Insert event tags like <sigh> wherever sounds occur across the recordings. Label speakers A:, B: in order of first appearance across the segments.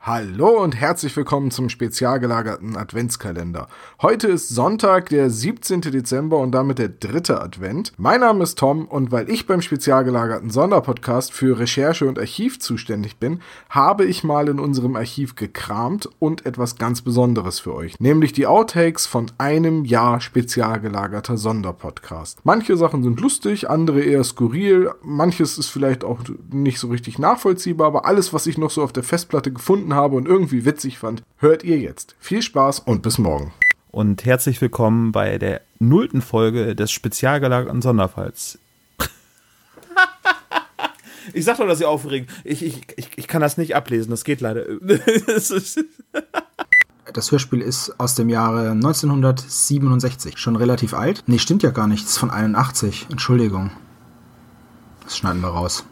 A: Hallo und herzlich willkommen zum spezial gelagerten Adventskalender. Heute ist Sonntag, der 17. Dezember und damit der dritte Advent. Mein Name ist Tom und weil ich beim spezial gelagerten Sonderpodcast für Recherche und Archiv zuständig bin, habe ich mal in unserem Archiv gekramt und etwas ganz Besonderes für euch, nämlich die Outtakes von einem Jahr spezial gelagerter Sonderpodcast. Manche Sachen sind lustig, andere eher skurril, manches ist vielleicht auch nicht so richtig nachvollziehbar, aber alles, was ich noch so auf der Festplatte gefunden habe, und irgendwie witzig fand, hört ihr jetzt. Viel Spaß und bis morgen.
B: und herzlich willkommen bei der nullten Folge des spezialgelagerten Sonderfalls. <laughs> Ich sag doch, dass ihr aufregt. Ich, ich, ich, ich kann das nicht ablesen, das geht leider. <laughs> Das ist-
C: Das Hörspiel ist aus dem Jahre 1967, schon relativ alt. Nee, stimmt ja gar nicht, es ist von 81, Entschuldigung. Das schneiden wir raus.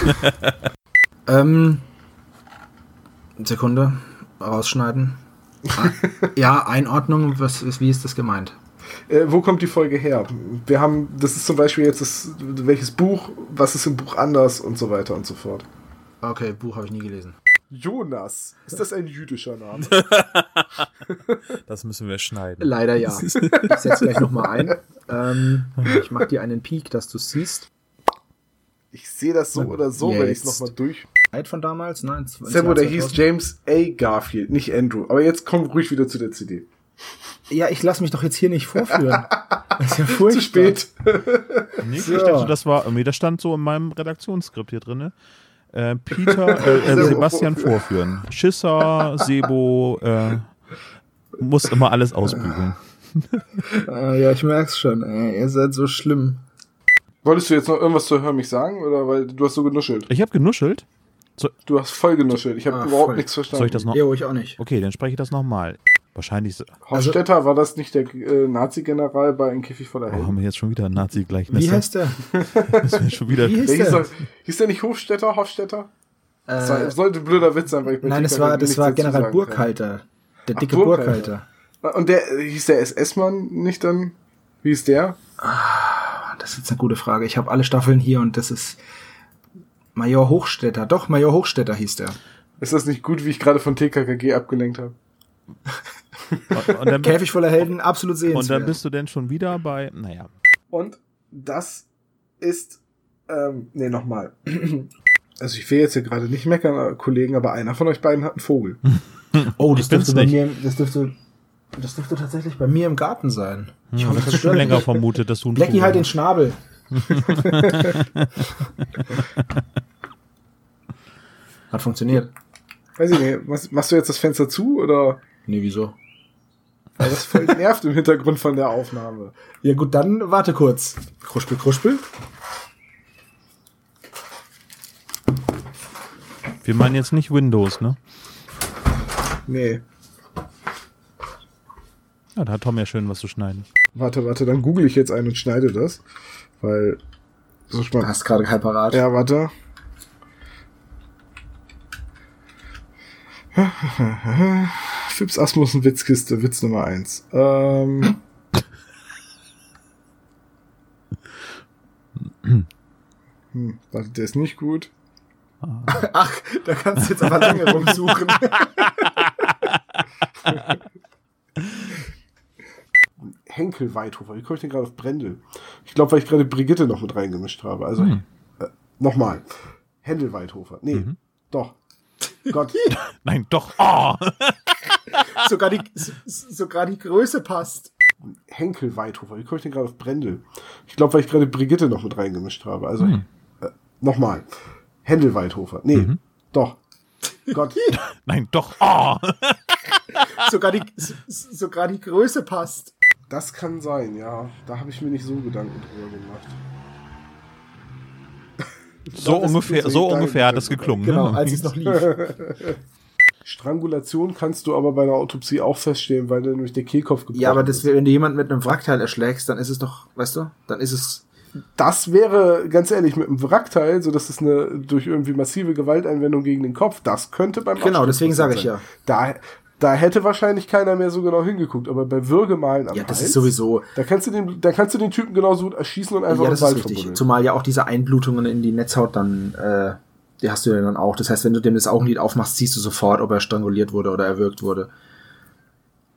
A: <laughs>
C: ähm, Sekunde, rausschneiden. Ah, ja, Einordnung, was, ist- wie ist das gemeint?
A: Äh, wo kommt die Folge her? Wir haben, das ist zum Beispiel jetzt das, welches Buch, was ist im Buch anders und so weiter und so fort.
C: Okay, Buch habe ich nie gelesen.
A: Jonas, ist das ein jüdischer Name?
B: Das müssen wir schneiden.
C: Leider ja. Ich setze gleich nochmal ein. Ähm, ich mache dir einen Peak, dass du siehst.
A: Ich sehe das so oder so, wenn ich es
C: Jetzt.
A: nochmal durch.
C: Zeit von damals? Nein, ins- ins
A: Sambo,
C: Jahr
A: der hieß
C: 2000.
A: James A. Garfield, nicht Andrew. Aber jetzt komm ruhig wieder zu der CD.
C: Ja, ich lass mich doch jetzt hier nicht <laughs> vorführen. Das ist ja furchtbar.
A: Zu spät.
D: Nee, ich
C: So.
D: dachte, das war irgendwie, das stand so in meinem Redaktionsskript hier drin. Äh, Peter, äh, äh,
A: Sebo
D: Sebastian vorführen. Schisser, Sebo, äh, muss immer alles ausbügeln.
C: Ah, ja, ich merk's schon. Ey. Ihr seid so schlimm.
A: Wolltest du jetzt noch irgendwas zu Hör mich sagen? Oder weil du hast so genuschelt.
D: Ich habe genuschelt.
A: Du hast voll genuschelt. Ich habe
C: Ah,
A: überhaupt
C: voll.
A: nichts verstanden.
D: Soll ich das noch?
C: Jo, ich auch nicht.
D: Okay, dann spreche ich das nochmal. Wahrscheinlich so-
A: Horst
C: Also-
A: Stetter, war das nicht der äh, Nazi-General bei Ein Käfig voller
D: oh,
A: Helden?
D: haben wir jetzt schon wieder ein nazi gleich <laughs>
C: Wie heißt der?
D: schon wieder
C: Wie
A: Der hieß,
C: heißt
A: doch, hieß der nicht Hofstetter, Hofstetter? Das war-
C: der? Äh,
A: sollte ein blöder Witz sein, weil ich mir
C: nein,
A: nicht
C: das war,
A: nichts
C: das war
A: dazu
C: General
A: sagen kann.
C: Burkhalter. Der
A: Ach,
C: dicke
A: Burkhalter.
C: Burkhalter.
A: Und der äh, hieß der SS-Mann nicht dann? Wie hieß der?
C: Ah, Das ist jetzt eine gute Frage. Ich habe alle Staffeln hier und das ist Major Hochstädter. Doch, Major Hochstädter hieß der.
A: Ist das nicht gut, wie ich gerade von TKKG abgelenkt habe?
D: Und, und, dann,
C: Käfig voller Helden, absolut
D: und
C: sehenswert.
D: dann bist du denn schon wieder bei. Naja.
A: Und das ist. Ähm, nee, nochmal. <clears throat> Also ich will jetzt hier gerade nicht meckern, äh, Kollegen, aber einer von euch beiden hat einen Vogel.
C: oh, das
D: Ich bin's
C: dürfte, bei
D: nicht.
C: mir, das, dürfte, das dürfte tatsächlich bei mir im Garten sein. Ich
D: Ich
C: hoffe,
D: habe
C: das
D: schon
C: stört
D: länger
C: nicht.
D: vermutet, dass du ein
C: Blackie
D: Vogel
C: halt den
D: bist.
C: Schnabel. <laughs> Hat funktioniert.
A: Weiß ich nicht, machst, machst du jetzt das Fenster zu oder?
C: Nee, wieso?
A: Weil das voll nervt im Hintergrund von der Aufnahme.
C: Ja gut, dann warte kurz. Kruspel, kruspel.
D: Wir meinen jetzt nicht Windows, ne?
A: Nee.
D: Ja, da hat Tom ja schön was zu schneiden.
A: Warte, warte, dann google ich jetzt ein und schneide das. Weil. So spannend.
C: Hast gerade kein Parat.
A: Ja, warte. <laughs> Fips Asmussen Witzkiste, Witz Nummer eins. Ähm. Hm, warte, der ist nicht gut.
C: Ach, da kannst du jetzt aber lange <laughs> rumsuchen.
A: Henkel Weidhofer. Wie komme ich denn gerade auf Brendel? Ich glaube, weil ich gerade Brigitte noch mit reingemischt habe. Also, äh, nochmal. Händel Weidhofer. Nee, doch. Gott.
D: Nein, doch. Oh!
C: sogar, die, s- sogar die Größe passt.
A: Henkel Weidhofer. Wie komme ich denn gerade auf Brendel? Ich glaube, weil ich gerade Brigitte noch mit reingemischt habe. Also, äh, nochmal. Händel Weidhofer. Nee, doch. Gott.
D: Nein, doch. Oh!
C: <laughs> Sogar die, s- s- sogar die Größe passt.
A: Das kann sein, ja. Da habe ich mir nicht so Gedanken drüber gemacht.
D: So
A: das
D: ungefähr,
A: ist
D: so
A: dein-
D: ungefähr hat es geklungen.
C: Genau,
D: ne?
C: als es noch lief.
A: Strangulation kannst du aber bei einer Autopsie auch feststellen, weil dir nämlich der Kehlkopf gebrochen
C: Ja, aber
A: ist.
C: das, wenn du jemanden mit einem Wrackteil erschlägst, dann ist es doch, weißt du, dann ist es.
A: Das wäre, ganz ehrlich, mit einem Wrackteil, so dass es eine durch irgendwie massive Gewalteinwendung gegen den Kopf, das könnte beim
C: Genau,
A: Absturz
C: deswegen sage ich
A: passiert
C: ja.
A: sein. Da, da hätte wahrscheinlich keiner mehr so genau hingeguckt, aber bei Würgemalen am
C: Ja, das
A: Hals,
C: ist sowieso.
A: Da kannst du den, da kannst du den Typen genauso gut erschießen und einfach
C: Ja,
A: im
C: das
A: Wald
C: ist richtig.
A: verbuddeln.
C: Zumal ja auch diese Einblutungen in die Netzhaut dann, äh, die hast du ja dann auch. Das heißt, wenn du dem das Augenlid aufmachst, siehst du sofort, ob er stranguliert wurde oder erwürgt wurde.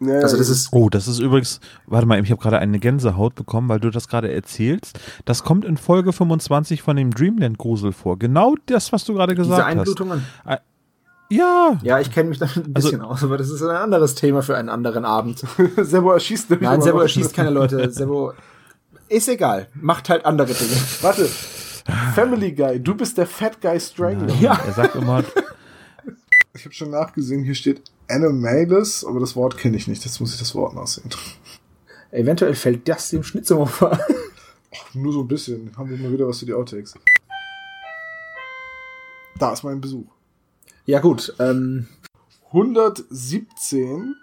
A: Ja,
C: Also das
A: ja.
C: ist.
D: Oh, das ist übrigens, warte mal, ich habe gerade eine Gänsehaut bekommen, weil du das gerade erzählst. Das kommt in Folge 25 von dem Dreamland-Grusel vor. Genau das, was du gerade
C: Diese
D: gesagt hast.
C: Einblutungen.
D: Ja,
C: Ja, ich kenne mich damit ein
D: Also-
C: bisschen aus, aber das ist ein anderes Thema <laughs> für einen anderen Abend.
A: <laughs> Sebo erschießt nämlich
C: Nein,
A: immer
C: Sebo
A: Leute.
C: erschießt keine Leute. Sebo ist egal. Macht halt andere <laughs> Dinge.
A: Warte. Family Guy, du bist der Fat Guy Strangler.
C: Ja.
D: er sagt immer,
A: Ich habe schon nachgesehen, hier steht Animalis, aber das Wort kenne ich nicht, jetzt muss ich das Wort nachsehen.
C: Eventuell fällt das dem Schnitt zum Opfer.
A: Nur so ein bisschen. Haben wir mal wieder was für die Outtakes. Da ist mein Besuch.
C: <laughs> Ja, gut. Ähm,
A: 117.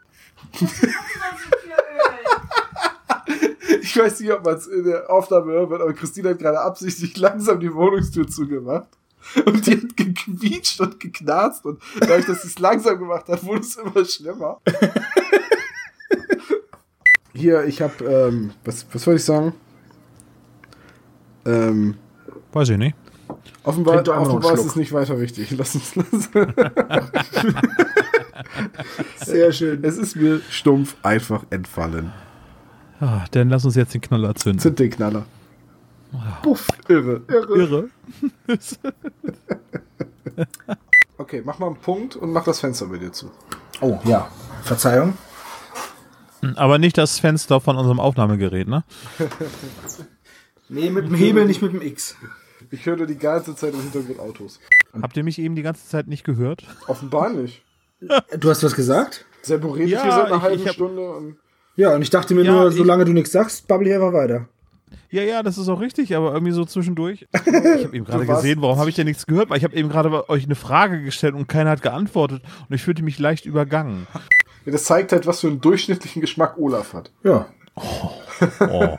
A: Ich weiß nicht, ob man es in der Aufnahme hören wird, aber Christine hat gerade absichtlich langsam die Wohnungstür zugemacht. Und die hat gequietscht und geknarzt. Und dadurch, dass sie es langsam gemacht hat, wurde es immer schlimmer. Hier, ich habe, ähm, was, was wollte ich sagen? Ähm,
D: weiß ich nicht.
A: Offenbar,
C: Trink doch einfach noch einen
A: offenbar ist
C: Schluck.
A: es nicht weiter wichtig. <laughs> Lass uns lass.
C: sehr schön.
A: Es ist mir stumpf einfach entfallen.
D: Ah, dann lass uns jetzt den Knaller zünden.
A: Sind den Knaller. Puff, irre, irre.
D: Irre.
A: Okay, mach mal einen Punkt und mach das Fenster bei dir zu.
C: Oh, ja. Verzeihung.
D: Hm, Aber nicht das Fenster von unserem Aufnahmegerät, ne?
C: Nee, mit dem Hebel, nicht mit dem X.
A: Ich höre die ganze Zeit im Hintergrund Autos.
D: Habt ihr mich eben die ganze Zeit nicht gehört?
A: Offenbar nicht.
C: Du hast was gesagt?
A: Sebo redet
D: Ja,
A: hier seit einer
D: ich-
A: halben
D: ich hab-
A: Stunde. Und
C: Ja, und ich dachte mir
D: Ja,
C: nur,
D: ich-
C: solange du nichts sagst, babbel ich einfach weiter.
D: Ja, ja, das ist auch richtig, aber irgendwie so zwischendurch.
A: <laughs>
D: Ich habe eben gerade
A: Du warst-
D: gesehen, warum habe ich denn nichts gehört? Weil ich habe eben gerade bei euch eine Frage gestellt und keiner hat geantwortet und ich fühlte mich leicht übergangen.
A: <laughs> ja, das zeigt halt, was für einen durchschnittlichen Geschmack Olaf hat.
C: Ja.
D: Oh,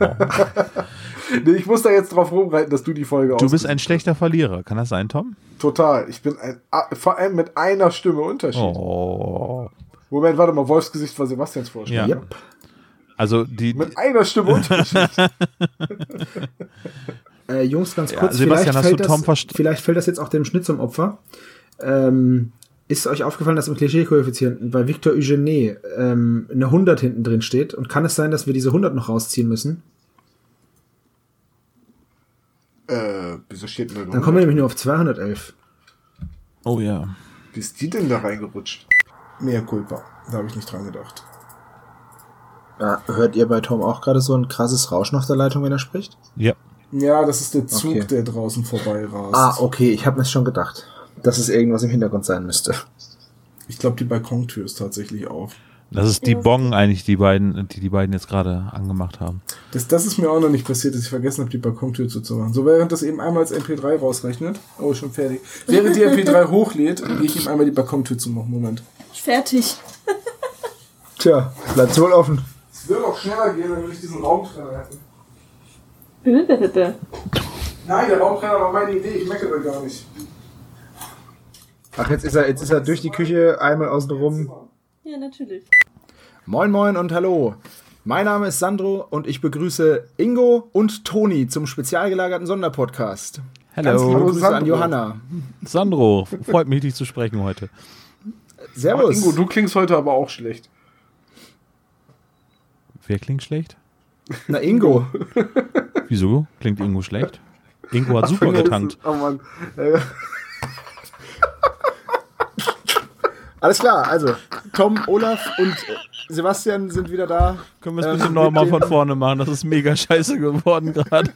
A: Nee, ich muss da jetzt drauf rumreiten, dass du die Folge
D: du
A: aus-
D: bist ein schlechter Verlierer, kann das sein, Tom?
A: Total. Ich bin ein. ah, Vor allem mit einer Stimme Unterschied.
D: Oh.
A: Moment, warte mal. Wolfsgesicht war Sebastians Vorschlag.
D: Ja.
A: ne?
D: Also die,
A: Mit einer Stimme <laughs> Unterschied.
C: Äh, Jungs, ganz
D: Ja,
C: kurz.
D: Sebastian, hast
C: fällt
D: du Tom
C: das,
D: verst-
C: vielleicht fällt das jetzt auch dem Schnitt zum Opfer. Ähm, ist euch aufgefallen, dass im Klischee-Koeffizienten bei Victor Eugenie ähm, eine 100 hinten drin steht? Und kann es sein, dass wir diese 100 noch rausziehen müssen?
A: Äh, wieso steht denn da
C: Dann kommen wir nämlich nur auf 211.
D: Oh ja.
A: Wie ist die denn da reingerutscht? Mehr Culpa. Da habe ich nicht dran gedacht.
C: Ja, hört ihr bei Tom auch gerade so ein krasses Rauschen auf der Leitung, wenn er spricht?
D: Ja.
A: Ja, das ist der Zug,
C: Okay.
A: der draußen vorbei rast.
C: Ah, okay, ich habe mir schon gedacht, dass es irgendwas im Hintergrund sein müsste.
A: Ich glaube, die Balkontür ist tatsächlich auf.
D: Das ist die Bong eigentlich, die beiden, die die beiden jetzt gerade angemacht haben.
A: Das, das ist mir auch noch nicht passiert, dass ich vergessen habe, die Balkontür zuzumachen. So, während das eben einmal als MP3 rausrechnet. Oh, schon fertig. Während die <laughs> MP3 hochlädt, gehe ich ihm einmal die Balkontür zu machen. Moment.
E: Fertig.
C: Tja, bleibt wohl offen.
A: Es würde auch schneller gehen, wenn ich diesen Raumtrenner hätte. Nein, der Raumtrenner war meine Idee. Ich meckere gar nicht.
C: Ach, jetzt ist er, jetzt ist er durch die Küche einmal außen rum.
E: Ja, natürlich.
C: Moin moin und hallo. Mein Name ist Sandro und ich begrüße Ingo und Toni zum spezial gelagerten Sonderpodcast. Ganz liebe
D: Hallo,
C: Grüße an
A: Sandro.
C: Johanna.
D: Sandro. Freut mich, dich zu sprechen heute.
C: Servus.
A: Ingo, du klingst heute aber auch schlecht.
D: Wer klingt schlecht?
C: Na Ingo.
D: Wieso? Klingt Ingo schlecht? Ingo hat super getankt.
A: Oh Mann.
C: Alles klar, also Tom, Olaf und äh, Sebastian sind wieder da.
D: Können wir es
C: Ähm,
D: bitte
C: mit
D: nochmal von
C: dem-
D: vorne machen? Das ist mega scheiße geworden gerade.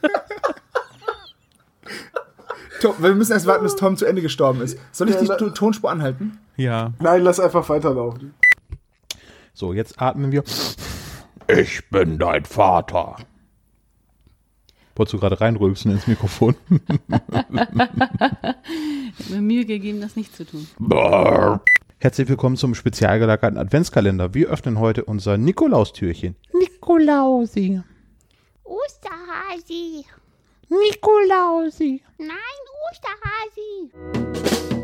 C: Tom, wir müssen erst warten, bis Tom zu Ende gestorben ist. Soll ich die
A: na-
C: T- Tonspur anhalten?
D: <laughs> Ja.
A: Nein, lass einfach weiterlaufen.
D: So, jetzt atmen wir. Ich bin dein Vater. Wolltest du gerade reinrülpsen ins Mikrofon?
F: Ich hab mir Mühe gegeben, das nicht zu tun.
D: Herzlich willkommen zum spezialgelagerten Adventskalender. Wir öffnen heute unser Nikolaustürchen. Nikolausi.
G: Osterhasi.
D: Nikolausi.
G: Nein, Osterhasi.